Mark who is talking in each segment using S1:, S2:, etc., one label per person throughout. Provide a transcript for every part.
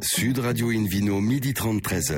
S1: Sud Radio Invino, midi 30, 13h.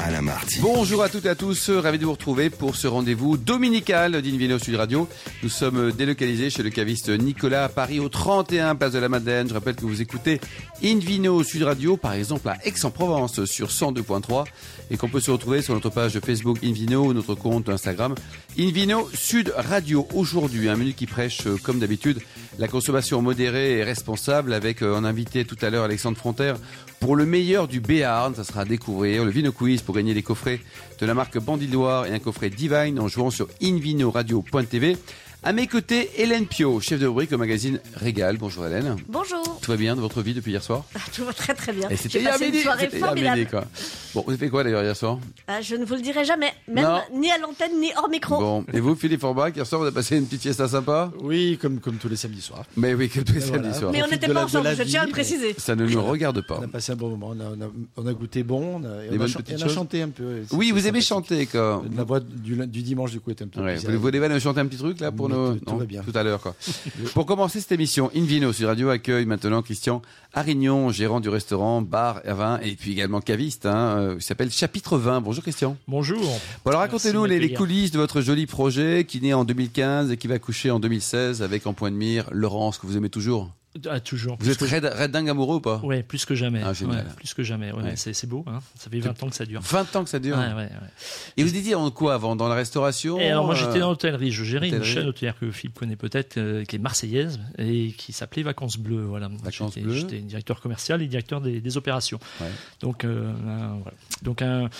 S1: Alain Marty.
S2: Bonjour à toutes et à tous, ravi de vous retrouver pour ce rendez-vous dominical d'Invino Sud Radio. Nous sommes délocalisés chez le caviste Nicolas à Paris au 31 Place de la Madeleine. Je rappelle que vous écoutez Invino Sud Radio par exemple à Aix-en-Provence sur 102.3 et qu'on peut se retrouver sur notre page Facebook Invino ou notre compte Instagram Invino Sud Radio. Aujourd'hui, un menu qui prêche euh, comme d'habitude la consommation modérée et responsable avec euh, un invité tout à l'heure Alexandre Fronter pour le meilleur du Béarn, ça sera à découvrir le Vino Quiz pour gagner des coffrets de la marque Bandidoire et un coffret Divine en jouant sur invinoradio.tv. À mes côtés, Hélène Pio, chef de rubrique au magazine Régal. Bonjour Hélène.
S3: Bonjour.
S2: Tout va bien de votre vie depuis hier soir
S3: Ah, Tout va très très bien.
S2: Et
S3: J'ai passé une soirée
S2: c'était hier
S3: formidable.
S2: midi, quoi. Bon, vous avez fait quoi d'ailleurs hier soir
S3: Ah, je ne vous le dirai jamais, même
S2: Non.
S3: ni à l'antenne ni hors micro.
S2: Bon, et vous, Philippe Forbach, hier soir, vous avez passé une petite siesta sympa
S4: Oui, comme, comme tous les samedis soirs.
S2: Mais oui, comme tous les samedis
S4: voilà.
S2: soirs.
S3: Mais on
S4: profite
S3: n'était
S4: de
S3: pas
S4: la- de
S3: ensemble,
S4: la
S3: je
S4: vie,
S3: tiens à le
S4: mais-
S3: préciser.
S2: Ça ne nous regarde pas.
S4: On a passé un bon moment, on a, on a- on a goûté bon, on a, et on a,
S2: Ah. bonnes
S4: chan-
S2: petites
S4: et on a
S2: choses.
S4: chanté un peu. C'était
S2: Oui, vous aimez chanter,
S4: sympathique.
S2: quoi.
S4: La voix du, lun- du dimanche, du coup, était un peu
S2: Ouais,
S4: bizarre.
S2: Vous voulez nous chanter un petit truc là pour
S4: Mais
S2: nous
S4: tout- tout
S2: non,
S4: va bien.
S2: Tout à l'heure quoi. pour commencer cette émission, Invino sur Radio accueille maintenant Christian Arignon, gérant du restaurant Bar et Vin et puis également caviste. Hein, euh, il s'appelle Chapitre 20. Bonjour Christian.
S5: Bonjour.
S2: Bon, alors racontez-nous
S5: Merci de
S2: les, les
S5: m'accueillir.
S2: coulisses de votre joli projet qui naît en 2015 et qui va coucher en 2016 avec en point de mire Laurence que vous aimez toujours.
S5: Ah, toujours.
S2: Vous êtes
S5: Plus
S2: raide, raide dingue amoureux ou pas
S5: que- Ouais, plus que jamais.
S2: Ah, génial.
S5: Ouais, plus que jamais. Ouais,
S2: Ouais.
S5: C'est c'est beau. hein. Ça fait 20 ans que ça dure.
S2: 20 ans que ça dure.
S5: Ouais, ouais, ouais.
S2: Et vous étiez en quoi avant Dans la restauration
S5: Et alors, moi,
S2: euh,
S5: j'étais dans l'hôtellerie. Je gérais une
S2: hôtellerie.
S5: chaîne hôtelière que Philippe connaît peut-être, euh, qui est marseillaise et qui s'appelait Vacances Bleues. Voilà.
S2: Vacances
S5: J'étais-
S2: Bleues.
S5: J'étais directeur commercial et directeur des, des opérations.
S2: Ouais.
S5: Donc, euh, un- voilà. Donc, un.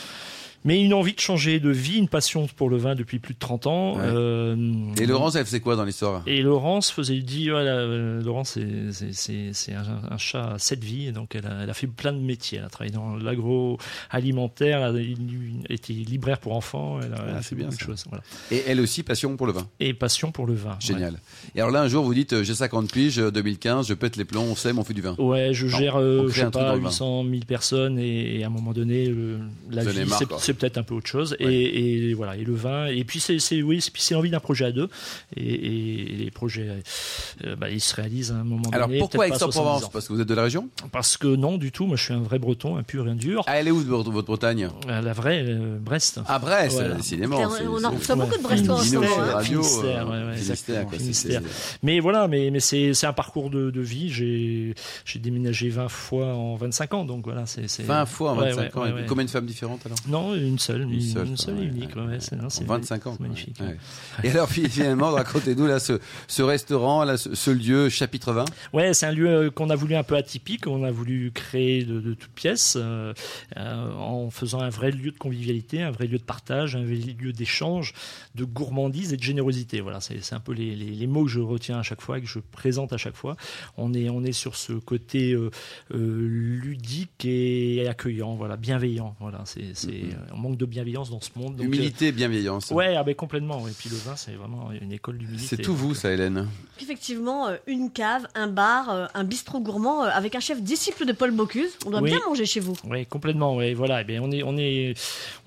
S5: Mais une envie de changer de vie, une passion pour le vin depuis plus de 30 ans.
S2: Ouais.
S5: euh,
S2: Et Laurence, elle faisait quoi dans l'histoire
S5: Et Laurence faisait dit voilà, euh, Laurence c'est- c'est- c'est c'est un, un chat à sept vies et donc elle a, elle a fait plein de métiers elle a travaillé dans l'agroalimentaire elle a une- été libraire pour enfants elle a, elle a
S2: Ah, c'est
S5: fait
S2: bien,
S5: beaucoup de
S2: ça.
S5: choses voilà.
S2: Et elle aussi passion pour le vin.
S5: et passion pour le vin ouais.
S2: Génial. Et alors là, un jour, vous dites, euh, j'ai 50 piges, euh, 2015, je pète les plombs, on sème, on fait du vin.
S5: Ouais, je
S2: Non,
S5: gère, euh,
S2: on crée
S5: je
S2: un
S5: sais
S2: truc
S5: pas,
S2: dans le vin.
S5: 800 000 personnes et, et à un moment donné, le- la
S2: Vous en avez
S5: vie,
S2: marre,
S5: c'est-
S2: quoi.
S5: c'est peut-être un peu autre chose.
S2: Ouais.
S5: Et, et voilà, et le vin. Et puis c'est, c'est- oui, c'est- puis c'est l'envie d'un projet à deux. Et, et- et les projets, euh, bah, ils se réalisent à un moment
S2: Alors
S5: donné.
S2: pourquoi
S5: peut-être pas à 70
S2: Aix-en-Provence
S5: ans.
S2: Parce que vous êtes de la région
S5: Parce que non, du tout. Moi, je suis un vrai Breton, un pur et un dur.
S2: Ah, elle est où votre, votre Bretagne
S5: Euh, La vraie euh, Brest.
S2: À Brest,
S5: Voilà.
S2: euh, décidément.
S3: Putain,
S2: c'est-
S3: on
S2: c'est-
S3: en reçoit beaucoup de Brestois en ce
S2: Finistère,
S3: moment. hein.
S5: Finistère,
S2: Radio,
S5: Finistère,
S2: euh,
S5: ouais, ouais,
S2: Finistère, quoi, c'est- c'est-
S5: Finistère. Mais voilà, mais, mais c'est, c'est un parcours de, de vie. J'ai, j'ai déménagé 20 fois en 25 ans, donc voilà, c'est. c'est...
S2: 20 fois en
S5: Ouais,
S2: 25
S5: ouais,
S2: ans.
S5: ouais,
S2: Et
S5: ouais.
S2: Combien de femmes différentes alors
S5: Non, une seule, une,
S2: seule,
S5: une
S2: quoi,
S5: seule et
S2: ouais,
S5: unique.
S2: ouais,
S5: ouais, c'est, non, c'est
S2: En 25 ans.
S5: c'est
S2: quoi,
S5: magnifique.
S2: ouais. Et
S5: ouais.
S2: alors fi- finalement, racontez-nous là ce, ce restaurant, là, ce, ce lieu, chapitre 20.
S5: Ouais, c'est un lieu euh, qu'on a voulu un peu atypique, on a voulu créer de, de toutes pièces, euh, euh, en faisant un vrai lieu de convivialité, un vrai lieu de partage, un vrai lieu d'échange, de gourmandise et de générosité. Voilà, c'est c'est un peu les, les- les mots que je retiens à chaque fois, et que je présente à chaque fois. On est, on est sur ce côté euh, euh, ludique et accueillant, voilà, bienveillant. Voilà, c'est, c'est,
S2: Mm-hmm.
S5: euh, on manque de bienveillance dans ce monde. donc,
S2: Humilité, bienveillance.
S5: euh, ouais, ah ben complètement. Et puis le vin, c'est vraiment une école
S2: C'est
S5: d'humilité.
S2: tout vous, ça, Hélène.
S3: Donc, Effectivement, euh, une cave, un bar, euh, un bistrot gourmand euh, avec un chef disciple de Paul Bocuse. On doit
S5: Oui.
S3: bien manger chez vous.
S5: Oui, complètement. Ouais, voilà. Eh bien, on est, on est,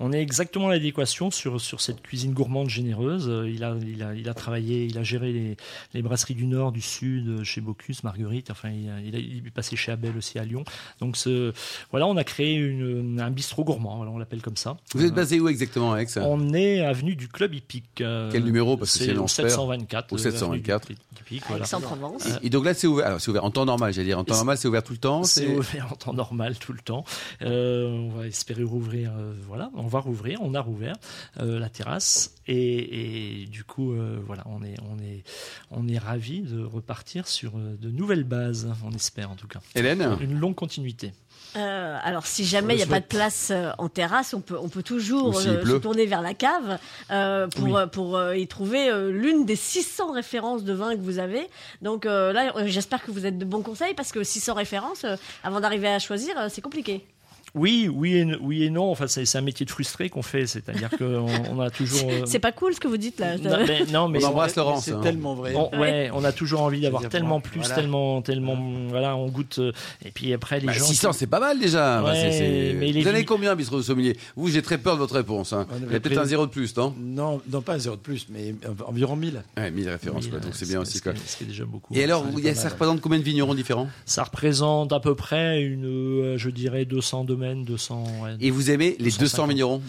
S5: on est exactement à l'adéquation sur sur cette cuisine gourmande généreuse. Euh, Il a, il a, il a travaillé, il a géré les, les brasseries du Nord, du Sud, euh, chez Bocuse, Marguerite. Enfin, il, a- il, a- il est passé chez Abel aussi à Lyon. Donc, ce, voilà, on a créé une, un bistrot gourmand. Voilà, on l'appelle comme ça.
S2: Vous êtes basé où exactement, Aix euh,
S5: On est avenue du Club Hippique. euh,
S2: Quel numéro Parce que
S5: c'est
S2: sinon,
S5: au
S2: on se perd.
S5: 724.
S2: Au
S5: euh,
S2: 724.
S5: avenue du Hippique,
S3: en
S5: voilà.
S3: Aix-en-Provence.
S2: Et- Et donc là, c'est ouvert. Alors, c'est ouvert en temps normal, j'allais dire. En temps
S5: Euh. C'est-
S2: normal, c'est ouvert tout le temps.
S5: C'est
S2: c'est-
S5: ouvert en temps normal tout le temps. Euh, on va espérer rouvrir. euh, voilà, on va rouvrir. On a rouvert euh, la terrasse et, et du coup, euh, voilà, on est on est on est ravi de repartir sur euh, de nouvelles bases. On espère en tout cas
S2: Hélène
S5: une longue continuité.
S3: Euh, alors, si jamais il n'y a pas de place euh, en terrasse, on peut, on peut
S2: Ou
S3: toujours
S2: s'il
S3: euh, se
S2: pleut.
S3: tourner vers la cave euh, pour,
S5: Oui.
S3: euh, pour euh, y trouver euh, l'une des 600 références de vin que vous avez. Donc euh, là, euh, j'espère que vous êtes de bons conseils parce que 600 références, euh, avant d'arriver à choisir, euh, c'est compliqué.
S5: Oui, oui et, oui et non. Enfin, c'est c'est un métier de frustré qu'on fait. C'est-à-dire qu'on on a toujours. euh,
S3: C'est pas cool ce que vous dites là.
S5: non, mais, non, mais
S2: On embrasse
S4: Mais
S2: Laurence.
S4: C'est
S2: hein.
S4: tellement vrai.
S5: on- ouais, on a toujours envie d'avoir
S4: dire,
S5: tellement
S4: voilà.
S5: plus,
S4: Voilà.
S5: tellement, tellement. Voilà, on goûte. euh, Et puis après, les
S2: Bah,
S5: gens.
S2: 600, c'est pas mal déjà. Bah,
S5: Ouais,
S2: c'est- c'est-
S5: mais les
S2: Vous en avez
S5: limites-
S2: combien, bistrot de sommelier Vous, j'ai très peur de votre réponse. hein.
S4: On avait
S2: Il y a peut-être
S4: pris-
S2: un zéro de plus, non
S4: Non, non, pas un zéro de plus, mais euh, environ 1000.
S2: Ouais, 1000 références,
S5: Oui,
S2: quoi,
S5: euh,
S2: donc c'est bien aussi.
S5: ce
S2: Quoi.
S5: qui est- ce qui est déjà beaucoup.
S2: Et alors,
S4: c'est
S2: vous- il y a-
S4: pas
S2: ça
S4: mal.
S2: représente combien de vignerons différents
S5: Ça représente à peu près une, euh, je dirais, 200 domaines, 200. ouais.
S2: Et vous aimez les 200
S5: 250.
S2: vignerons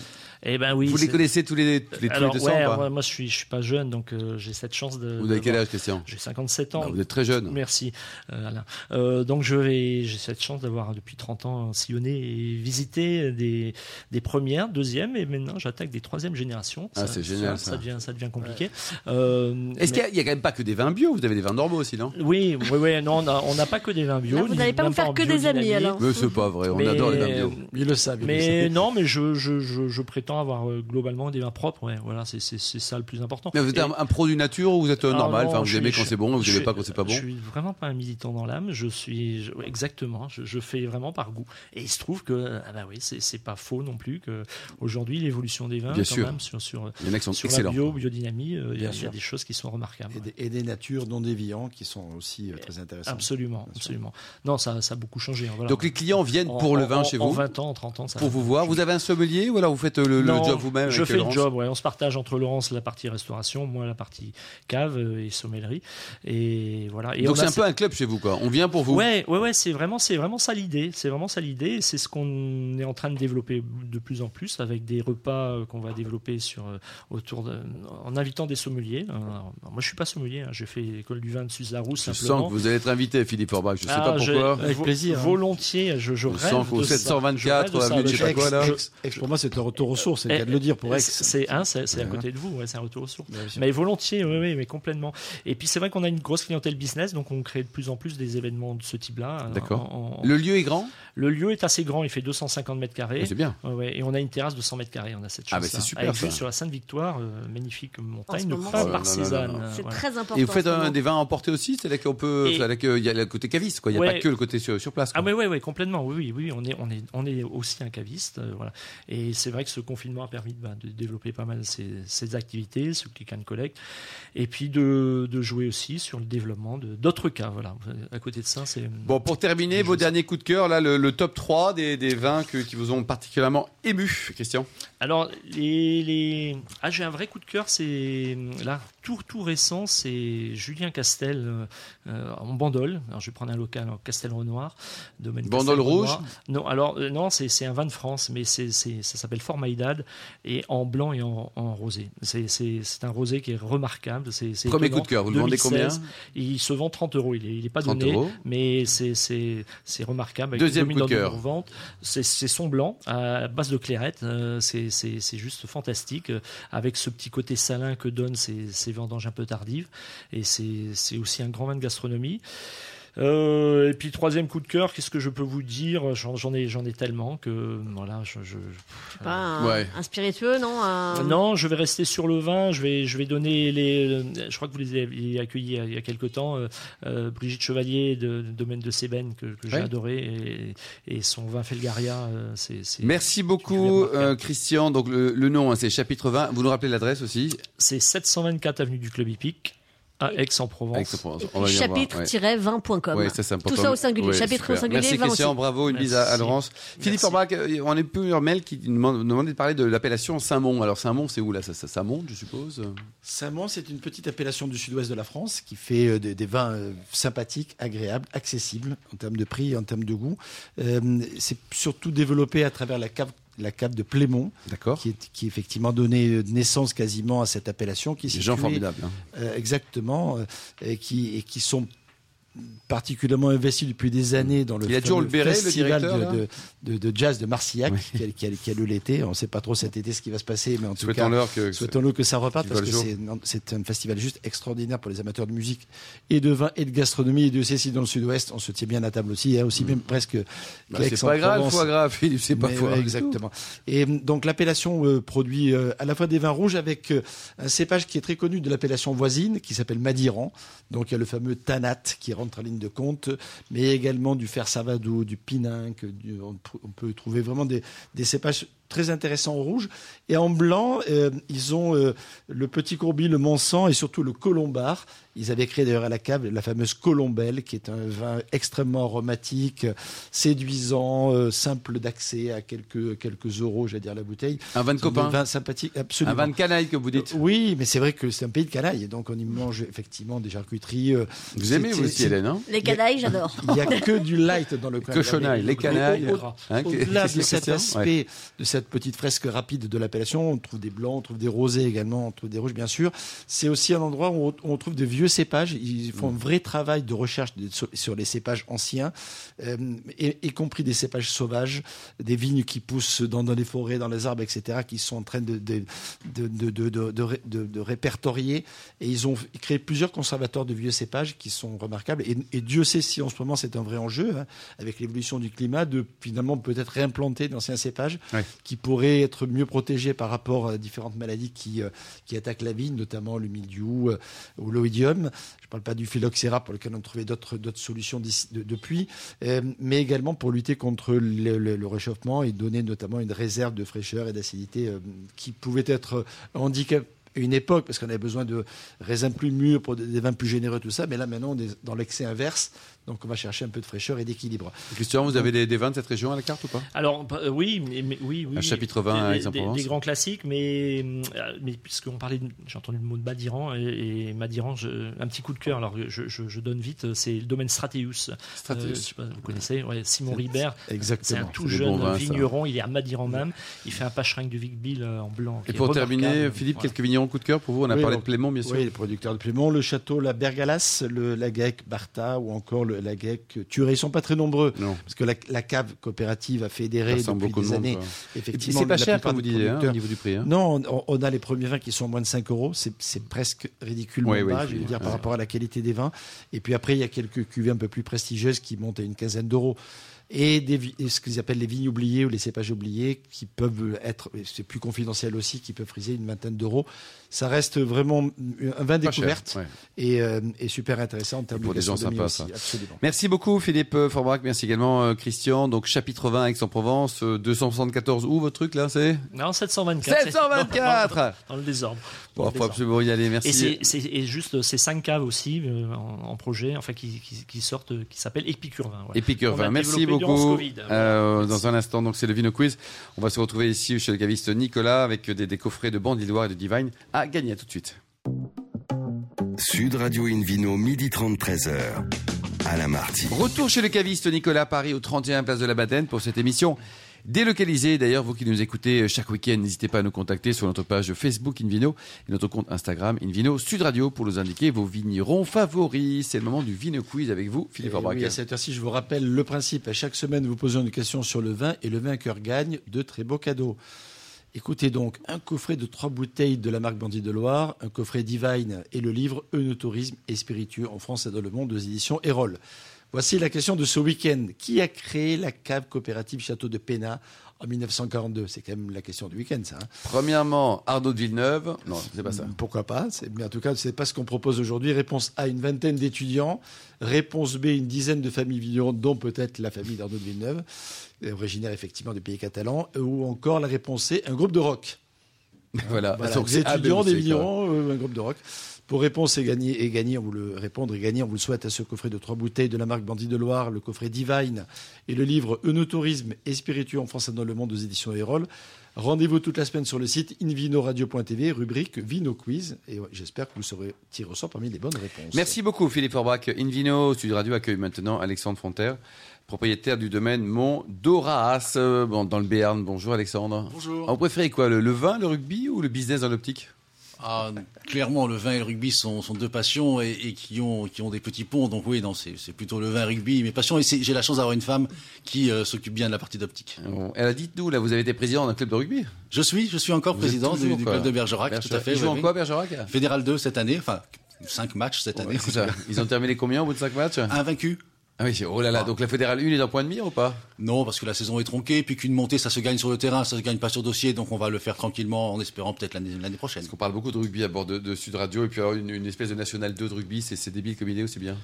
S5: Eh ben oui.
S2: Vous les
S5: c'est-
S2: connaissez tous les, tous les, tous les
S5: Alors,
S2: 200
S5: ouais,
S2: ou pas
S5: alors, moi, euh, je suis, je suis pas jeune, donc euh, j'ai cette chance de.
S2: Vous avez quel
S5: d'avoir-
S2: âge, Christian
S5: J'ai 57
S2: Bah,
S5: ans.
S2: Vous êtes très jeune.
S5: Merci euh, Alain. Euh, donc je vais, j'ai cette chance d'avoir depuis 30 ans sillonné et visité des, des premières, deuxièmes et maintenant j'attaque des troisièmes générations.
S2: Ah, c'est génial, ça.
S5: Ça devient, ça devient compliqué. Euh,
S2: Est-ce qu'il
S5: mais-
S2: y a- il y a, quand même pas que des vins bio Vous avez des vins normaux aussi, non
S5: Oui, oui, oui. Non, on n'a- on n'a pas que des vins bio.
S3: Là, vous
S5: ni-
S3: n'allez pas
S5: même
S3: vous faire
S5: en
S3: que des amis,
S5: biodynamique.
S3: alors.
S2: Mais c'est pas vrai, on
S5: Mais-
S2: adore les vins bio.
S4: euh, Ils le savent. ils le
S5: Mais
S4: savent.
S5: non, mais je, je, je, je prétends avoir euh, globalement des vins propres. ouais, voilà, c'est c'est- c'est ça le plus important.
S2: Mais vous êtes
S5: Et-
S2: un, un pro du nature ou vous êtes euh,
S5: Ah
S2: normal
S5: non,
S2: Enfin, vous
S5: je
S2: aimez
S5: suis-
S2: quand c'est bon, vous
S5: je
S2: aimez
S5: suis-
S2: pas quand c'est pas bon
S5: Je suis vraiment pas un militant dans l'âme. Je suis je- exactement. Je, je fais vraiment par goût. Et il se trouve que ah bah oui, c'est c'est pas faux non plus que aujourd'hui l'évolution des vins
S2: Bien
S5: quand
S2: sûr.
S5: même sur sur
S2: Les mecs sont
S5: sur
S2: excellents.
S5: la bio, biodynamie, euh, il y, a-
S4: Bien
S5: il y
S4: sûr.
S5: a des choses qui sont remarquables.
S4: Et
S5: ouais.
S4: des, et des natures non déviants qui sont aussi euh, très intéressantes.
S5: Absolument,
S4: Bien sûr.
S5: absolument. Non, ça, ça a beaucoup changé. hein, voilà.
S2: Donc les clients viennent
S5: En-
S2: pour le
S5: en-
S2: vin
S5: en-
S2: chez
S5: En
S2: vous
S5: 20 ans, 30 ans, ça
S2: pour
S5: va.
S2: vous voir. Vous avez un sommelier ou alors vous faites euh, le, le
S5: Non,
S2: job vous-même
S5: Je
S2: avec,
S5: fais
S2: euh,
S5: le
S2: Laurence
S5: job, ouais. On se partage entre Laurence la partie restauration, moi la partie cave euh, et sommellerie. Et voilà. Et
S2: Donc
S5: on
S2: c'est
S5: a
S2: un peu un club chez vous, quoi. On vient pour vous.
S5: Ouais, ouais, ouais, c'est vraiment, c'est vraiment ça l'idée. C'est vraiment ça l'idée. et C'est ce qu'on est en train de développer de plus en plus avec des repas euh, qu'on va développer sur euh, autour de, en invitant des sommeliers. Euh, alors, moi, je suis pas sommelier. hein, J'ai fait l'école du vin de Suze Larousse
S2: Je
S5: simplement.
S2: sens que vous allez être invité, Philippe Orbach. Je sais
S5: Ah,
S2: pas
S5: je-
S2: pourquoi.
S5: euh,
S4: Avec
S5: vo-
S4: plaisir, hein.
S5: Volontiers, je, je
S2: Je
S5: rêve
S2: sens qu'au
S5: de ça.
S2: 724
S5: Je rêve de ça,
S2: avenue de
S5: je-
S2: je sais pas
S4: Ex-
S2: quoi, là.
S4: ex- ex- pour moi, c'est un retour aux sources, c'est le cas de le dire pour Ex.
S5: Eh, C'est hein, c'est- c'est à
S4: Ouais.
S5: côté de vous. ouais, c'est un retour aux sources.
S4: Bien sûr.
S5: Mais volontiers, oui, oui, mais complètement. Et puis c'est vrai qu'on a une grosse clientèle business, donc on crée de plus en plus des événements de ce type-là. hein,
S2: D'accord.
S5: En- en-
S2: Le lieu est grand
S5: Le lieu est assez grand, il fait 250 mètres carrés.
S2: Mais C'est bien.
S5: Ouais, ouais, et on a une terrasse de 100 mètres carrés, on a cette
S2: Ah,
S5: chance.
S2: mais c'est super,
S5: Avec
S2: ça.
S5: vue sur la Sainte-Victoire, euh, magnifique montagne,
S3: moment,
S5: pas
S3: c'est-
S2: Oh
S5: par
S2: là là là là.
S5: Cézanne.
S3: C'est
S5: voilà.
S3: très important.
S2: Et vous faites
S3: en ce
S2: un,
S3: moment.
S2: des vins emportés aussi C'est-à-dire qu'on peut.
S5: Et-
S2: c'est-à-dire qu'il y a le côté caviste, quoi. Il n'y a
S5: Ouais.
S2: pas que le côté sur, sur place.
S5: Ah
S2: quoi.
S5: oui, oui, oui, complètement. Oui, oui, oui, on est, on est, on est aussi un caviste, euh, voilà. Et c'est vrai que ce confinement a permis bah, de développer pas mal ces, ces activités, ce click and collect, et puis de, de jouer aussi sur le développement de d'autres cas, voilà. À côté de ça, c'est
S2: Bon, pour terminer,
S5: Je
S2: vos
S5: sais.
S2: derniers coups de cœur, là, le, le top 3 des, des vins que- qui vous ont particulièrement ému, Christian.
S5: Alors, les, les... Ah, j'ai un vrai coup de cœur, c'est là, tout, tout récent, c'est Julien Castel euh, euh, en bandole. Alors, je vais prendre un local en Castel-Renoir. domaine
S2: Bandole
S5: Castel-Renoir. Non, alors, euh, non, c'est c'est un vin de France, mais c'est c'est- ça s'appelle Formaïdad, et en blanc et en, en rosé. C'est- C'est c'est un rosé qui est remarquable. c'est c'est
S2: Premier
S5: étonnant.
S2: coup de cœur, vous le vendez
S5: 2016,
S2: combien
S5: Il se vend 30 euros, il n'est il est pas
S2: 30
S5: donné
S2: euros.
S5: mais c'est- c'est c'est remarquable. Avec
S2: Deuxième
S5: le
S2: coup de
S5: dominant
S2: cœur.
S5: vente, c'est c'est son blanc à base de clairette. euh, c'est- c'est c'est juste fantastique euh, avec ce petit côté salin que donnent ces, ces vendanges un peu tardives. Et c'est c'est aussi un grand vin de gastronomie. Euh, et puis troisième coup de cœur, qu'est-ce que je peux vous dire J'en j'en ai j'en ai tellement que voilà, je,
S3: Je
S5: je-
S3: sais pas, un,
S2: Ouais.
S3: un spiritueux, non un-
S5: Euh, non, je vais rester sur le vin. Je vais, je vais donner les. euh, Je crois que vous les avez accueillis il y a quelques temps. euh, euh, Brigitte Chevalier, de, de domaine de Sébène, que, que j'ai
S2: Ouais.
S5: adoré, et, et son vin Felgaria. euh, c'est- c'est-
S2: Merci
S5: viens de
S2: beaucoup,
S5: marquer.
S2: euh, Christian. Donc, le, le nom, hein, c'est chapitre 20. Vous nous rappelez l'adresse aussi
S5: C'est 724 avenue du Club Hippique, à
S3: Et-
S5: Aix-en-Provence.
S2: Aix-en-Provence.
S3: Et
S2: On va
S3: puis
S2: y revoir, ouais.
S3: chapitre-20.com.
S2: Ouais, ça, c'est important.
S3: Tout ça au singulier.
S2: Ouais,
S3: Chapitre
S2: super.
S3: au singulier,
S2: Merci
S3: vin
S2: Christian,
S3: aussi.
S2: bravo, une bise à, à
S5: Merci.
S2: Laurence. Philippe
S5: Merci.
S2: Orbach, euh, on a plusieurs mails qui nous demandent- nous demandaient de parler de l'appellation Saint-Mont. Alors Saint-Mont, c'est où là ça, ça, ça monte, je suppose
S4: Saint-Mont, c'est une petite appellation du sud-ouest de la France qui fait euh, des, des vins euh, sympathiques, agréables, accessibles en termes de prix, en termes de goût. Euh, c'est surtout développé à travers la cave, la cave de Plémont,
S2: D'accord.
S4: qui, est, qui effectivement donnait naissance quasiment à cette appellation. Qui
S2: Des
S4: est
S2: gens
S4: située-
S2: formidables. hein.
S4: euh, exactement, euh, et qui, et qui sont particulièrement investis depuis des années dans le,
S2: Il a toujours
S4: fameux
S2: le béret, le
S4: festival
S2: directeur, là
S4: de, de- de- de jazz de Marcillac qui, a, qui a- qui a lieu l'été. On ne sait pas trop cet été ce qui va se passer, mais en tout cas,
S2: Souhaitons-leur que.
S4: Souhaitons-le que ça reparte
S2: Qu'il
S4: parce
S2: voit
S4: que
S2: le
S4: c'est non, c'est un festival juste extraordinaire pour les amateurs de musique et de vin et de gastronomie. Et Dieu sait si dans le sud-ouest, on se tient bien à table aussi, hein, aussi même presque
S2: Mm. Bah,
S4: qu'Aix-en-Provence.
S2: c'est pas grave, foie gras, Philippe, c'est pas
S4: Mais
S2: foie
S4: ouais,
S2: gras.
S4: exactement. Et mm, donc l'appellation euh, produit euh, à la fois des vins rouges avec euh, un cépage qui est très connu de l'appellation voisine qui s'appelle Madiran. Donc il y a le fameux Tanat qui, re- rentre en ligne de compte, mais également du fer savado, du pininque. du- on, pr- on peut trouver vraiment des, des cépages très intéressants en rouge. Et en blanc, euh, ils ont euh, le petit courbi, le monsan et surtout le colombard. Ils avaient créé d'ailleurs à la cave la fameuse colombelle, qui est un vin extrêmement aromatique, séduisant, euh, simple d'accès à quelques, quelques euros, j'allais dire, la bouteille.
S2: Un vin de
S4: C'est
S2: copain.
S4: Un vin sympathique,
S2: Un
S4: absolument.
S2: vin de canaille que vous dites.
S4: Euh, Oui, mais c'est vrai que c'est un pays de canailles, donc on y mange effectivement des charcuteries. euh,
S2: Vous
S4: c'est-
S2: aimez vous
S4: c'est-
S2: aussi,
S4: c'est-
S2: Hélène, hein
S3: Les canailles, j'adore.
S4: Il n'y a que du light dans le coin.
S2: Que chenaille, les canailles.
S4: Au- au-
S2: Hein, que-
S4: Au-delà de cet
S2: Christian
S4: aspect,
S2: Ouais.
S4: de cette petite fresque rapide de l'appellation, on trouve des blancs, on trouve des rosés également, on trouve des rouges bien sûr. C'est aussi un endroit où on- on trouve de vieux cépages. Ils font un vrai travail de recherche de- sur- sur les cépages anciens, euh, et- y compris des cépages sauvages, des vignes qui poussent dans, dans les forêts, dans les arbres, etc., qui sont en train de, de, de, de, de, de- de ré- de- de répertorier. Et ils ont f- créé plusieurs conservatoires de vieux cépages qui sont remarquables. Et, et Dieu sait si en ce moment c'est un vrai enjeu, hein, avec l'évolution du climat, de finalement peut-être réimplanter d'anciens cépages
S2: Ouais.
S4: qui pourraient être mieux protégés par rapport à différentes maladies qui, euh, qui attaquent la vigne, notamment le mildiou euh, ou l'oïdium. Je ne parle pas du phylloxéra pour lequel on trouvait d'autres d'autres solutions d'ici- de- depuis, euh, mais également pour lutter contre le, le- le réchauffement et donner notamment une réserve de fraîcheur et d'acidité euh, qui pouvait être un handicap à une époque, parce qu'on avait besoin de raisins plus mûrs pour des des vins plus généreux, tout ça, mais là maintenant on est dans l'excès inverse, donc on va chercher un peu de fraîcheur et d'équilibre.
S2: Christian, vous avez des, des vins de cette région à la carte ou pas
S5: Alors bah, euh, oui, mais, mais- oui, oui.
S2: Un chapitre 20 à
S5: Des- des,
S2: Aix-en-Provence.
S5: des grands classiques, mais euh, mais puisqu'on parlait, de- j'ai entendu le mot de Madiran et, et Madiran, je- un petit coup de cœur. Alors je, je- je donne vite, c'est le domaine Stratéus. Euh, je sais pas, vous connaissez, ouais, Simon
S4: C'est-
S5: Ribert, c'est un
S4: Exactement.
S5: tout
S2: c'est des
S5: jeune
S2: bons vins, ça.
S5: vigneron. Il est à Madiran même. Il fait un pachering de Vicbil euh, en blanc.
S2: Et
S5: qui est
S2: pour terminer,
S5: remarquable.
S2: Philippe,
S5: Voilà.
S2: quelques vignerons coup de cœur pour vous. On a
S4: Oui,
S2: parlé
S4: donc-
S2: de Clément, bien sûr.
S4: Oui, les producteurs de Plémont, le château La Bergalas, le, la GAEC Bartha ou encore le, la GAEC Turé. Ils sont pas très nombreux,
S2: Non,
S4: parce que la, la cave coopérative a fédéré
S2: ça ressemble
S4: depuis
S2: beaucoup de
S4: des
S2: monde.
S4: années.
S2: quoi. Et puis
S4: Effectivement,
S2: c'est pas
S4: la
S2: cher,
S4: plupart
S2: comme vous
S4: des
S2: disiez, hein, au
S4: producteurs.
S2: niveau du prix. hein.
S4: Non, on, on a les premiers vins qui sont à moins de 5 euros. C'est- C'est presque ridicule,
S2: Ouais, ouais,
S4: bas,
S2: il faut
S4: je veux
S2: dire,
S4: dire, par
S2: ouais.
S4: rapport à la qualité des vins. Et puis après, il y a quelques cuvées un peu plus prestigieuses qui montent à une quinzaine d'euros. Et, des, vi- et ce qu'ils appellent les vignes oubliées ou les cépages oubliés, qui peuvent être, et c'est plus confidentiel aussi, qui peuvent friser une vingtaine d'euros. Ça reste vraiment un vin
S2: Pas cher,
S4: découverte
S2: ouais.
S4: et, euh, et super intéressant en termes
S2: Et pour
S4: de
S2: des gens
S4: gastronomie
S2: sympas,
S4: aussi,
S2: ça.
S4: absolument.
S2: Merci beaucoup Philippe euh, Forbrac, merci également euh, Christian. Donc chapitre 20 Aix-en-Provence, euh, 274 où votre truc là c'est
S5: Non, 724. c'est-
S2: 724
S5: Dans le désordre.
S2: Bon,
S5: Dans le
S2: faut
S5: désordre.
S2: absolument y aller, merci.
S5: Et, c'est, c'est- et juste euh, ces cinq caves aussi euh, en, en projet, enfin qui, qui, qui sortent, euh, qui s'appellent Épicure Vin. voilà.
S2: Et Piqueur
S5: On a
S2: Vin, merci
S5: développé durant ce
S2: beaucoup.
S5: Covid. hein,
S2: Euh, dans un instant, donc c'est le Vino Quiz. On va se retrouver ici chez le caviste Nicolas avec des, des coffrets de Bandidoire et de Divine à gagner. À tout de suite.
S1: Sud Radio Invino, midi 30, 13h. Alain Marty.
S2: Retour chez le caviste Nicolas Paris au 31 Place de la Badenne pour cette émission délocalisée. D'ailleurs, vous qui nous écoutez euh, chaque week-end, n'hésitez pas à nous contacter sur notre page Facebook Invino et notre compte Instagram Invino Sud Radio pour nous indiquer vos vignerons favoris. C'est le moment du Vino Quiz avec vous,
S4: Et
S2: Philippe Arbrac.
S4: Eh oui, à cette heure-ci, je vous rappelle le principe. À chaque semaine, vous posez une question sur le vin et le vainqueur gagne de très beaux cadeaux. Écoutez donc, un coffret de trois bouteilles de la marque Bandit de Loire, un coffret Divine et le livre Eunotourisme et spiritueux en France et dans le monde aux éditions Erol. Voici la question de ce week-end. Qui a créé la cave coopérative Château de Pénat en 1942 C'est quand même la question du week-end, ça. hein
S2: Premièrement, Arnaud de Villeneuve. Non, c'est pas ça.
S4: Pourquoi pas c'est- Mais en tout cas, c'est pas ce qu'on propose aujourd'hui. Réponse A, une vingtaine d'étudiants. Réponse B, une dizaine de familles vigneronnes, dont peut-être la famille d'Arnaud de Villeneuve, euh, originaire effectivement du pays catalan. Ou encore la réponse C, un groupe de rock.
S2: Voilà.
S4: Voilà,
S2: Ah, Donc,
S4: des
S2: c'est A, B ou
S4: étudiants,
S2: C,
S4: des
S2: quoi.
S4: vignerons, euh, un groupe de rock. Pour réponse et gagner, et gagner, on vous le répondre et gagner, on vous le souhaite à ce coffret de trois bouteilles de la marque Bandit de Loire, le coffret Divine et le livre Eunotourisme et spiritueux en France et dans le monde aux éditions Erol. Rendez-vous toute la semaine sur le site invinoradio.tv, rubrique Vino Quiz. Et ouais, j'espère que vous saurez tirer au sort parmi les bonnes réponses.
S2: Merci beaucoup Philippe Orbach. Invino Sud Radio accueille maintenant Alexandre Fonterre, propriétaire du domaine Mont d'Oraas euh, bon, dans le Béarn. Bonjour Alexandre.
S6: Bonjour.
S2: Ah, Vous préférez quoi, le, le vin, le rugby ou le business dans l'optique
S6: Ah, clairement, le vin et le rugby sont, sont deux passions et, et qui, ont, qui ont des petits ponts. Donc oui, non, c'est c'est plutôt le vin et le rugby, mes passions. Et c'est- j'ai la chance d'avoir une femme qui euh, s'occupe bien de la partie d'optique.
S2: Bon, Elle a dit nous là, vous avez été président d'un club de rugby.
S6: Je suis, je suis encore
S2: Vous
S6: président
S2: êtes
S6: du,
S2: toujours,
S6: du
S2: quoi.
S6: club de Bergerac, tout à fait.
S2: Ils jouent
S6: oui,
S2: en
S6: oui.
S2: quoi Bergerac
S6: Fédéral 2 cette année, enfin, cinq matchs cette année.
S2: Ouais, c'est ça. Ils ont terminé combien au bout de 5 matchs ah
S6: Invaincu
S2: oui, c'est- oh là là, donc la fédérale 1 est d'un point de mire ou pas
S6: Non, parce que la saison est tronquée, puis qu'une montée, ça se gagne sur le terrain, ça se gagne pas sur dossier, donc on va le faire tranquillement en espérant peut-être l'année l'année prochaine.
S2: Parce qu'on parle beaucoup de rugby à bord de, de Sud Radio et puis alors une, une espèce de nationale 2 de rugby, c'est c'est débile comme idée ou c'est bien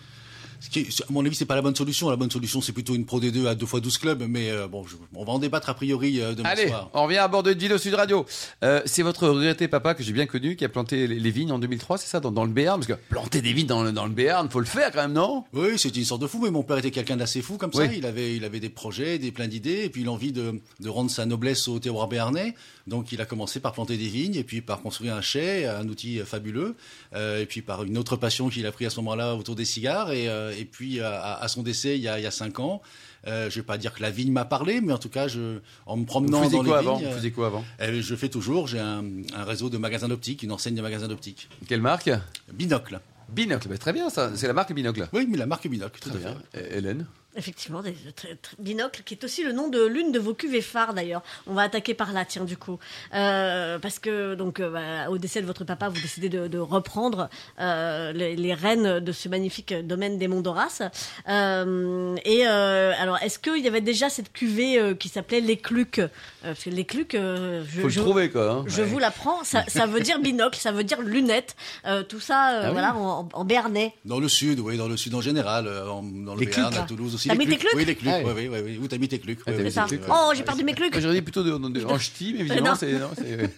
S6: Ce qui est- à mon avis, c'est pas la bonne solution. La bonne solution, c'est plutôt une Pro D2 à 2 fois 12 clubs. Mais euh, bon, je- on va en débattre a priori euh, demain
S2: Allez,
S6: soir.
S2: on revient à bord de Dino Sud Radio. Euh, c'est votre regretté papa que j'ai bien connu qui a planté les, les vignes en 2003, c'est ça, dans, dans le Béarn Parce que planter des vignes dans le, dans le Béarn, faut le faire quand même, non
S6: Oui, c'était une sorte de fou, mais mon père était quelqu'un d'assez fou comme ça.
S2: Oui.
S6: Il avait, il avait des projets, des plein d'idées, et puis l'envie de, de rendre sa noblesse au terroir béarnais. Donc il a commencé par planter des vignes, et puis par construire un chai, un outil euh, fabuleux, euh, et puis par une autre passion qu'il a pris à ce moment-là autour des cigares. Et, euh, et puis à- à, à son décès, il y a, il y a cinq ans, euh, je vais pas dire que la vigne m'a parlé, mais en tout cas, je, en me promenant
S2: Vous faisiez
S6: dans les
S2: quoi
S6: vignes,
S2: avant Vous
S6: euh,
S2: faisiez quoi avant
S6: euh, je fais toujours. J'ai un, un réseau de magasins d'optique, une enseigne de magasins d'optique,
S2: Quelle marque
S6: Binocle.
S2: Binocle, Bah, très bien ça, c'est la marque Binocle.
S6: Oui, mais la marque Binocle, tout à
S2: Très
S6: fait.
S2: bien. Euh, Hélène
S3: Effectivement, des de très- très- binocles, qui est aussi le nom de l'une de vos cuvées phares d'ailleurs. On va attaquer par là, tiens, du coup. Euh, parce que, donc, euh, bah, au décès de votre papa, vous décidez de, de reprendre euh, les, les rênes de ce magnifique domaine des Monts d'Horace. Euh, et euh, alors, est-ce qu'il y avait déjà cette cuvée euh, qui s'appelait l'écluc euh, Parce que l'écluc, euh, je,
S2: Faut le
S3: je-
S2: trouver quoi. hein.
S3: je
S2: Ouais.
S3: vous l'apprends, ça, ça veut dire binocle, ça veut dire lunette, euh, tout ça, euh,
S2: Ah oui.
S3: voilà, en, en béarnais.
S6: Dans le sud, oui, dans le sud en général, euh, en- dans le
S4: Les
S6: Béarn,
S3: clucs.
S6: à Toulouse aussi.
S3: T'as
S6: les
S3: mis tes
S6: clucs Oui,
S3: clucs
S6: les clucs,
S2: Ah oui.
S6: oui, oui, oui, oui. Ou t'as mis tes clucs.
S2: Ah, t'as
S6: oui, oui,
S3: C'est
S2: mis
S3: ça.
S2: tes clucs,
S3: Oh, j'ai perdu mes clucs.
S2: J'aurais dit plutôt de, de- en ch'ti, mais
S3: non.
S2: évidemment, c'est. Euh, non, c'est-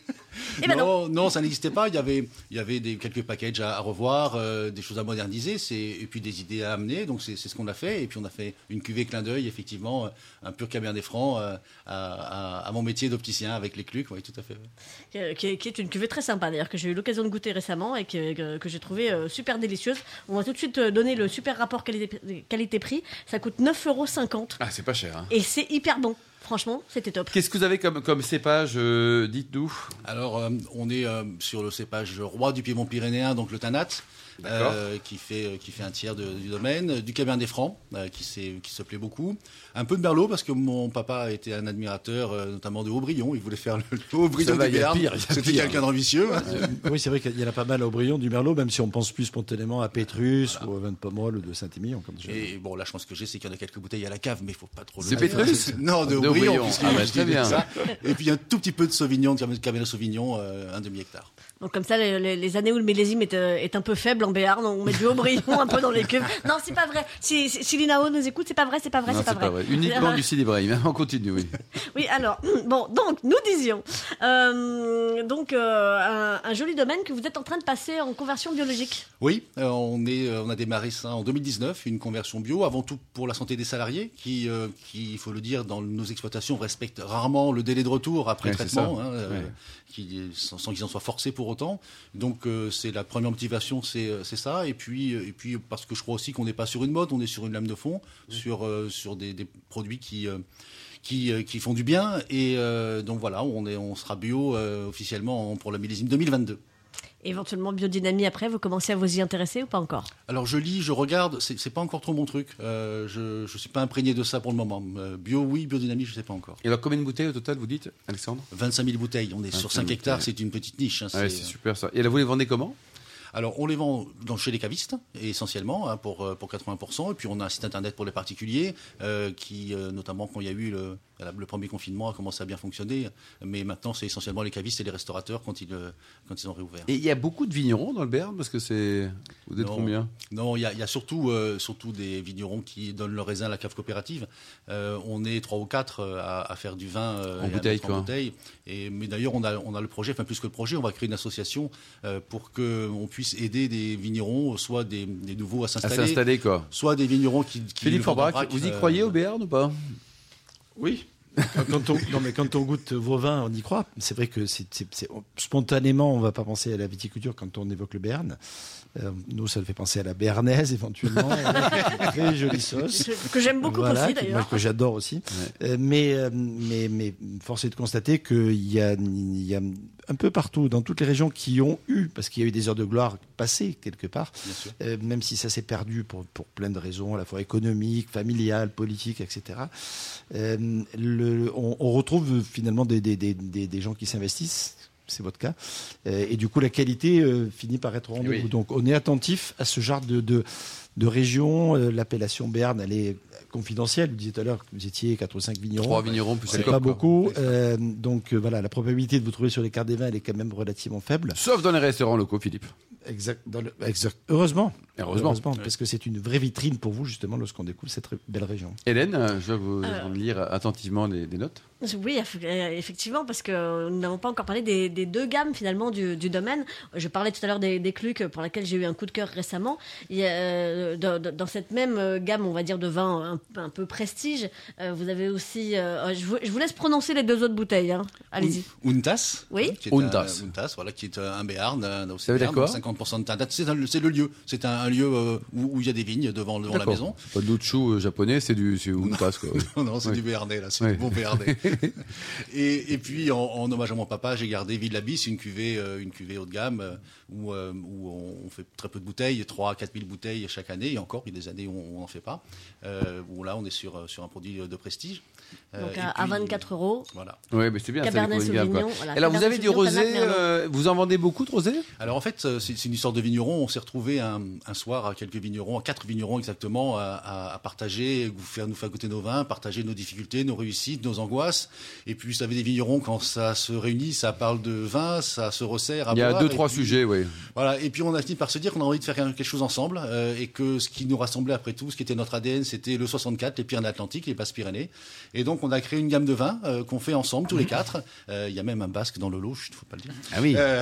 S3: Eh ben
S6: non, non, ça n'existait pas. Il y avait, il y avait des, quelques packages à, à revoir, euh, des choses à moderniser, c'est- et puis des idées à amener. Donc c'est c'est ce qu'on a fait. Et puis on a fait une cuvée clin d'œil, effectivement, euh, un pur cabernet franc euh, à, à- à mon métier d'opticien avec les clucs. Oui, tout à fait.
S3: Euh, qui, est- qui est une cuvée très sympa d'ailleurs que j'ai eu l'occasion de goûter récemment et que, que- que j'ai trouvé euh, super délicieuse. On va tout de suite euh, donner le super rapport qualité- qualité-prix. Ça coûte 9,50€
S2: Ah, c'est pas cher. hein.
S3: et c'est hyper bon. Franchement, c'était top.
S2: Qu'est-ce que vous avez comme, comme cépage euh, Dites-nous.
S6: Alors, euh, on est euh, sur le cépage roi du Piémont pyrénéen, donc le Tanat,
S2: D'accord.
S6: qui, fait, euh, qui fait un tiers de- du domaine, euh, du Cabernet Franc, euh, qui, s'est- qui se plaît beaucoup, un peu de Merlot, parce que mon papa était un admirateur, euh, notamment de Aubryon, il voulait faire le, le
S2: Ça
S6: Aubryon
S2: va,
S6: du
S2: il y a
S6: Béarn,
S2: pire, il y a
S6: c'était
S2: pire.
S6: quelqu'un d'ambitieux. hein.
S4: Euh, oui, c'est vrai qu'il y en a pas mal à Aubryon, du Merlot, même si on pense plus spontanément à Pétrus ou au vin de Pomerol ou de Saint-Émilion. comme je-
S6: Et bon, la chance que j'ai, c'est qu'il y en a quelques bouteilles à la cave, mais il faut pas trop le
S2: C'est
S6: mettre.
S2: Pétrus
S6: Non, de
S2: De
S6: Aubryon.
S2: Aubryon.
S6: puisque-
S2: Ah, bah,
S6: puisque
S2: très bien.
S6: ça. Et puis, il y a un tout petit peu de Sauvignon, de Cabernet Sauvignon, euh, un demi-hectare.
S3: Donc comme ça, les, les- les années où le millésime est, euh, est un peu faible en Béarn, on met du Aubryon un peu dans les cuves. Non, c'est pas vrai. Si, si, si Linao nous écoute, c'est pas vrai, c'est pas vrai,
S2: Non,
S3: c'est pas, vrai.
S2: Uniquement du Sidibrahim. On continue, oui.
S3: Oui, alors, bon, donc, nous disions, euh, donc, euh, un, un joli domaine que vous êtes en train de passer en conversion biologique.
S6: Oui, euh, on, est, euh, on a démarré ça en 2019, une conversion bio, avant tout pour la santé des salariés, qui, euh, qui, il faut le dire, dans nos exploitations respectent rarement le délai de retour après
S2: Ouais, c'est
S6: traitement,
S2: ça.
S6: hein, euh,
S2: Ouais.
S6: qui, sans, sans qu'ils en soient forcés pour autant. Donc euh, c'est la première motivation, c'est euh, c'est ça. Et puis, euh, et puis parce que je crois aussi qu'on n'est pas sur une mode, on est sur une lame de fond, sur, euh, sur des, des produits qui... euh, qui, euh, qui font du bien et euh, donc voilà on est on sera bio euh, officiellement en- pour la millésime 2022.
S3: Éventuellement biodynamie après, vous commencez à vous y intéresser ou pas encore
S6: Alors je lis, je regarde, c'est c'est pas encore trop mon truc. Euh, je je suis pas imprégné de ça pour le moment. Euh, bio oui, biodynamie je sais pas encore.
S2: Et alors, combien de bouteilles au total, vous dites, Alexandre
S6: 25 000 bouteilles, on est
S2: 25 000
S6: sur 5 hectares, c'est une petite niche. hein,
S2: Ouais,
S6: c'est-
S2: c'est super ça. Et alors, vous les vendez comment
S6: Alors on les vend dans, chez les cavistes essentiellement hein, pour, euh, pour 80%, et puis on a un site internet pour les particuliers euh, qui, euh, notamment quand il y a eu le, voilà, le premier confinement, a commencé à bien fonctionner, mais maintenant c'est essentiellement les cavistes et les restaurateurs quand ils, euh, quand ils ont réouvert.
S2: Et il y a beaucoup de vignerons dans le Béarn parce que c'est. Vous êtes
S6: Non.
S2: combien Ah,
S6: Non, il y a, il y a surtout, euh, surtout des vignerons qui donnent leur raisin à la cave coopérative. Euh, on est trois ou quatre euh, à, à faire du vin euh,
S2: En
S6: et à
S2: bouteille,
S6: mettre
S2: quoi.
S6: En bouteille. Et, mais d'ailleurs, on a, on a le projet, enfin plus que le projet, on va créer une association euh, pour qu'on puisse aider des vignerons, soit des, des nouveaux à
S2: À
S6: s'installer,
S2: s'installer quoi.
S6: soit des vignerons qui. qui
S2: Philippe
S6: vendent en
S2: Forbach,
S6: vrac,
S2: vous y
S6: euh,
S2: croyez au Béarn ou pas
S4: Oui. Quand- quand, on, non, mais quand on goûte vos vins, on y croit. C'est vrai que c'est, c'est- c'est- on- spontanément, on va pas penser à la viticulture quand on évoque le Béarn. Euh, nous, ça le fait penser à la béarnaise éventuellement. Très jolie sauce.
S3: Que j'aime beaucoup
S4: Voilà,
S3: aussi
S4: que- moi,
S3: d'ailleurs.
S4: que j'adore aussi. Euh, mais, euh, mais, mais force est de constater qu'il y a, il y a un peu partout, dans toutes les régions qui ont eu, parce qu'il y a eu des heures de gloire passées quelque part,
S6: Bien sûr.
S4: euh, même si ça s'est perdu pour, pour plein de raisons, à la fois économiques, familiales, politiques, etc. Euh, le- on, on retrouve finalement des, des, des, des, des gens qui s'investissent. C'est votre cas. Euh, et du coup, la qualité euh, finit par être au rendez-vous.
S2: oui.
S4: Donc, on est attentif à ce genre de, de, de région. Euh, L'appellation Béarn, elle est confidentielle. Vous disiez tout à l'heure que vous étiez 4 ou 5 vignerons.
S2: Trois vignerons plus
S4: C'est
S2: le
S4: pas
S2: coq, quoi.
S4: beaucoup. Euh, donc euh, voilà, la probabilité de vous trouver sur les cartes des vins, elle est quand même relativement faible.
S2: Sauf dans les restaurants locaux, Philippe.
S4: Exact, dans le- exact- Heureusement.
S2: Heureusement.
S4: Parce que c'est une vraie vitrine pour vous, justement, lorsqu'on découvre cette belle région.
S2: Hélène, euh, je vais vous vous lire attentivement des des notes.
S3: Oui, eff- euh, effectivement, parce que nous n'avons pas encore parlé des, des deux gammes finalement du, du domaine. Je parlais tout à l'heure des, des Clucs pour laquelle j'ai eu un coup de cœur récemment. Il y a, euh, dans, dans- dans cette même euh, gamme, on va dire de vin un, un peu prestige, euh, vous avez aussi. euh, je, vous, je vous laisse prononcer les deux autres bouteilles. hein. Allez-y.
S6: Untas.
S3: Oui.
S6: qui est un-
S2: Untas.
S6: Untas, voilà, qui est un Béarn. euh, un- un-
S2: Ça veut dire
S6: Béarn,
S2: quoi
S6: 50% de Tardat. C'est un- c'est le lieu. C'est un, un lieu euh, où où il y a des vignes devant, devant la
S2: D'accord.
S6: maison.
S2: Pas de l'outchou euh, japonais, c'est du c'est untas, quoi.
S6: Non, non, c'est
S2: Oui.
S6: du Béarnais, là, c'est
S2: Oui.
S6: du bon Béarnais. et, et puis, en, en hommage à mon papa, j'ai gardé Ville c'est une cuvée, euh, une cuvée haut de gamme, euh, où, euh, où on- on fait très peu de bouteilles, 3 à 4 000 bouteilles chaque année, et encore, il y a des années où on n'en fait pas, euh, où là, on est sur, euh, sur un produit de prestige. Euh,
S3: Donc
S6: et
S3: à, à
S6: puis,
S3: 24 euros.
S6: Voilà.
S2: Oui, mais c'est bien, ça
S3: Cabernet
S2: découvre une gamme, quoi.
S3: Sauvignon, voilà.
S2: Alors, vous avez
S3: Cabernet
S2: du
S3: Sauvignon,
S2: rosé,
S3: Cabernet
S2: euh, vous en vendez beaucoup de rosé
S6: Alors en fait, euh, c'est c'est une histoire de vignerons. On s'est retrouvé un, un soir à quelques vignerons, à quatre vignerons exactement, à, à- à partager, vous faire nous faire goûter nos vins, partager nos difficultés, nos réussites, nos angoisses. Et puis, vous savez, des vignerons quand ça se réunit, ça parle de vin, ça se resserre. À
S2: Il y a
S6: boire,
S2: deux,
S6: et
S2: trois
S6: puis-
S2: sujets, oui.
S6: Voilà. Et puis on a fini par se dire qu'on a envie de faire quelque chose ensemble euh, et que ce qui nous rassemblait après tout, ce qui était notre ADN, c'était le 64, les Pyrénées-Atlantiques, les Basses-Pyrénées. Et donc on a créé une gamme de vins euh, qu'on fait ensemble
S2: Mmh.
S6: tous les quatre. Euh, Il y a même un Basque dans le lot, je ne faut pas le dire.
S2: Ah oui.
S6: Euh,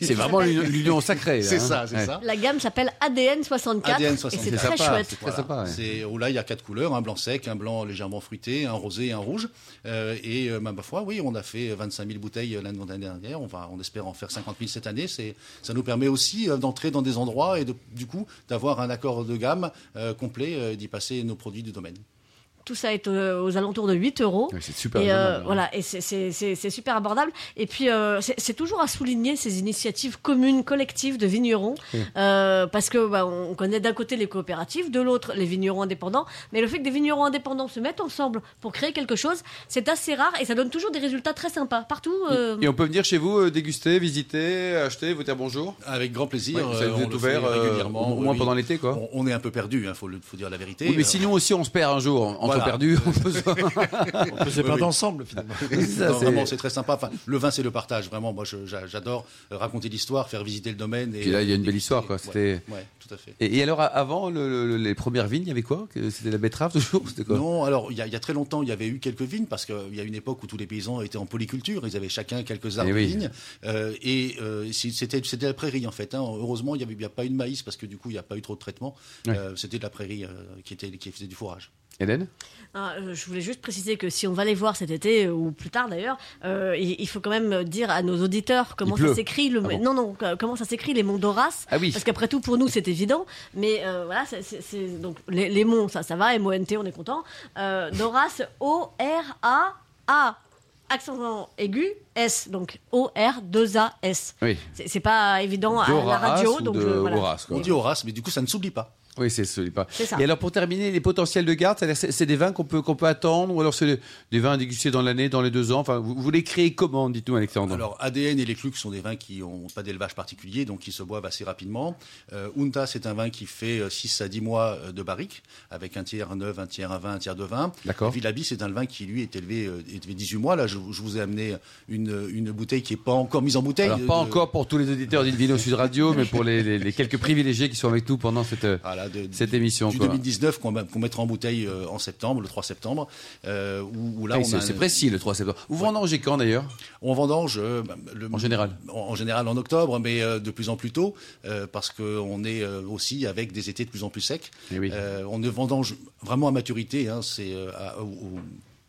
S2: C'est vraiment l'union- l'union sacrée. là,
S6: c'est
S2: hein.
S6: ça, c'est
S2: Ouais.
S6: ça.
S3: La gamme s'appelle ADN 64.
S6: ADN
S3: Et c'est
S6: 64.
S3: très
S2: sympa,
S3: chouette.
S2: c'est très sympa. ouais.
S6: C'est où là il y a quatre couleurs, un blanc sec, un blanc légèrement fruité, un rosé et un rouge. Euh, et euh, ma ma foi, oui, on a fait 25 000 bouteilles euh, l'année l'année dernière. On va, on espère en faire 50 000 cette année. C'est, ça nous permet aussi euh, d'entrer dans des endroits et de, du coup d'avoir un accord de gamme euh, complet, euh, d'y passer nos produits du domaine.
S3: Tout ça est euh, aux, aux alentours de 8 euros.
S2: Ouais, c'est super
S3: Et euh,
S2: abordable, hein.
S3: voilà, et c'est- c'est c'est- c'est super abordable. Et puis, euh, c'est c'est toujours à souligner ces initiatives communes, collectives de vignerons,
S2: Mmh.
S3: euh, parce que bah, on connaît d'un côté les coopératives, de l'autre les vignerons indépendants. Mais le fait que des vignerons indépendants se mettent ensemble pour créer quelque chose, c'est assez rare et ça donne toujours des résultats très sympas partout. euh,
S2: Et on peut venir chez vous euh, déguster, visiter, acheter, vous dire bonjour
S6: Avec grand plaisir.
S2: Ouais, ça,
S6: euh,
S2: vous
S6: on
S2: êtes
S6: le
S2: ouvert
S6: fait
S2: euh,
S6: régulièrement.
S2: au moins
S6: oui.
S2: pendant l'été, quoi.
S6: On, on est un peu perdu, il faut, le- faut dire la vérité.
S2: Oui, mais
S6: Euh,
S2: sinon aussi on se perd un jour, entre
S6: Voilà.
S2: perdu, on peut se...
S4: On peut se
S6: Oui,
S4: perdre
S6: oui.
S4: ensemble, finalement.
S2: Ça,
S6: Non,
S2: c'est-
S6: vraiment, c'est très sympa. Enfin, le vin, c'est le partage. Vraiment, moi, je- j'a- j'adore euh, raconter l'histoire, faire visiter le domaine. Et,
S2: Puis là, il y a une
S6: et-
S2: belle histoire, quoi.
S6: ouais,
S2: C'était-
S6: Ouais, tout à fait.
S2: Et, et alors, a- avant, le- le- les premières vignes, il y avait quoi Que C'était la betterave toujours C'était quoi
S6: Non, alors il y, a- il y a très longtemps, il y avait eu quelques vignes parce qu'il y a une époque où tous les paysans étaient en polyculture, ils avaient chacun quelques arbres
S2: Eh
S6: de
S2: oui.
S6: vignes Euh, et euh, si- c'était c'était la prairie en fait. hein. Heureusement, il n'y avait il y a pas eu de maïs parce que du coup, il n'y a pas eu trop de traitement.
S2: Ouais.
S6: Euh, c'était de la prairie euh, qui était qui faisait du fourrage.
S2: Hélène
S3: Ah, euh, je voulais juste préciser que si on va les voir cet été euh, ou plus tard d'ailleurs, euh, il, il faut quand même dire à nos auditeurs comment
S2: Il pleut.
S3: ça s'écrit le
S2: Ah bon.
S3: non non euh, comment ça s'écrit les monts d'Horace.
S2: Ah oui.
S3: Parce qu'après tout pour nous c'est évident, mais euh, voilà c'est- c'est c'est- donc les, les monts ça ça va, MONT on est content. Euh, D'Horace O R A A accent aigu S donc O R 2 A S.
S2: Oui.
S3: C'est c'est pas évident à la
S2: D'Horace
S3: radio
S2: ou
S3: donc
S2: de
S3: je- voilà.
S2: Horace, quoi.
S6: On dit Horace, mais du coup, ça ne s'oublie pas.
S2: Oui, c'est celui pas.
S3: C'est ça.
S2: Et alors, pour terminer, les potentiels de garde, c'est-à-dire, c'est c'est des vins qu'on peut, qu'on peut attendre ou alors c'est des- des vins à déguster dans l'année, dans les deux ans Enfin, vous, vous les créez comment Dites-nous, Alexandre.
S6: Alors, ADN et les Clucs sont des vins qui n'ont pas d'élevage particulier, donc qui se boivent assez rapidement. Euh, Unta, c'est un vin qui fait 6 à 10 mois euh, de barrique, avec un tiers neuf, un tiers à vin, un tiers de vin.
S2: D'accord.
S6: Villabi, c'est un vin qui, lui, est élevé, euh, est élevé 18 mois. Là, je, vous- je vous ai amené une, une bouteille qui n'est pas encore mise en bouteille. Euh,
S2: Alors,
S6: De-
S2: pas
S6: de-
S2: encore pour tous les auditeurs d'Invino Sud Radio, mais pour les, les- les quelques privilégiés qui sont avec nous pendant cette, euh,
S6: Voilà, de-
S2: cette émission.
S6: Ah, du
S2: quoi.
S6: 2019 qu'on va- qu'on mettra en bouteille euh, en septembre, le 3 septembre, euh, où, où là
S2: Ah oui,
S6: on a
S2: c'est c'est
S6: un-
S2: précis le 3 septembre. Vous vendangez quand d'ailleurs
S6: On vendange euh, bah, le-
S2: En général.
S6: en, en général en octobre, mais euh, de plus en plus tôt, euh, parce qu'on est euh, aussi avec des étés de plus en plus secs.
S2: Eh oui.
S6: Euh, on ne vendange vraiment à maturité, hein, c'est euh, à- au- au-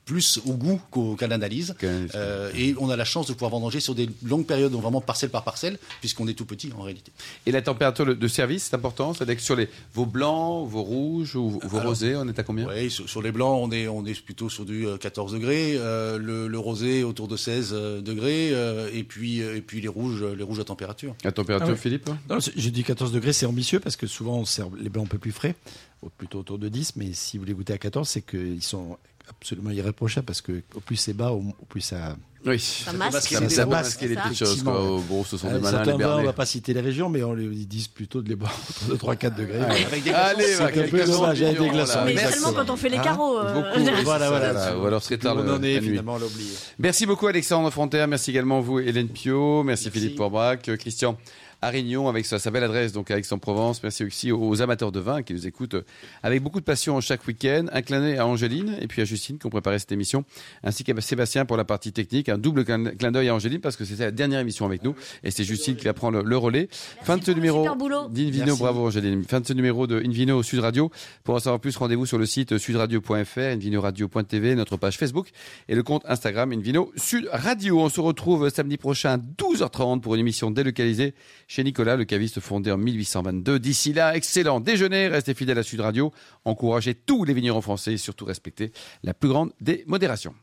S6: plus au goût qu'au- qu'à l'analyse.
S2: Qu'à l'analyse.
S6: Euh, et on a la chance de pouvoir vendanger sur des longues périodes, donc vraiment parcelle par parcelle, puisqu'on est tout petit en réalité.
S2: Et la température de- de service, c'est important C'est-à-dire que sur les, vos blancs, vos rouges ou vos- vos
S6: Alors,
S2: rosés, on est à combien
S6: Oui, sur, sur les blancs, on est, on est plutôt sur du euh, 14 degrés, euh, le, le rosé autour de 16 euh, degrés, euh, et, puis, euh, et puis les rouges, euh, les rouges à température.
S2: La température,
S4: Ah oui.
S2: Philippe
S4: Non, c'est- j'ai dit 14 degrés, c'est ambitieux parce que souvent on sert les blancs un peu plus frais, au- plutôt autour de 10, mais si vous les goûtez à 14, c'est qu'ils sont absolument irréprochable parce que au plus c'est bas, au, au plus ça.
S2: Oui,
S3: Ça masque.
S2: ça,
S4: Ça
S2: ça
S4: masque,
S2: masque les
S3: ça.
S2: petites choses. Quoi.
S4: Effectivement.
S2: Oh, Bon, ce sont
S4: Euh,
S2: des malins les
S4: certains vins, on va
S2: Bernais.
S4: pas citer les régions, mais on les, ils disent plutôt de les boire entre 3-4 degrés.
S6: Avec des
S2: Allez, va,
S6: glaçons.
S4: un peu
S2: quelques
S4: dommage, il y a des
S2: champignons,
S4: glaçons.
S2: Oh là.
S3: Mais
S2: Merci.
S3: seulement quand on fait les
S4: Hein
S3: carreaux. euh,
S2: Ah, Beaucoup, oui,
S4: Voilà,
S2: c'est
S4: voilà.
S2: ça, Ou alors c'est tard
S4: on
S2: le-
S4: en est
S2: la nuit.
S4: finalement à l'oublier.
S2: Merci beaucoup Alexandre Fronter, merci également vous Hélène Pio, merci,
S4: Merci.
S2: Philippe Porbrac, euh, Christian Arignon avec sa, sa belle adresse donc à Aix-en-Provence, merci aussi aux, aux amateurs de vin qui nous écoutent euh, avec beaucoup de passion chaque week-end, un clin d'œil à Angéline et puis à Justine qui ont préparé cette émission, ainsi qu'à Sébastien pour la partie technique, un double clin clin d'œil à Angéline parce que c'était la dernière émission avec nous et c'est Justine qui va prendre le, le relais. fin de ce
S3: pour le
S2: numéro
S3: super boulot.
S2: d'Invino,
S4: Merci.
S2: bravo Angéline, fin de ce numéro de Invino Sud Radio, pour en savoir plus rendez-vous sur le site sudradio.fr, invinoradio.tv, notre page Facebook et le compte Instagram Invino Sud Radio. On se retrouve samedi prochain à 12h30 pour une émission délocalisée chez Nicolas, le caviste fondé en 1822. D'ici là, excellent déjeuner, restez fidèles à Sud Radio, encouragez tous les vignerons français et surtout respectez la plus grande des modérations.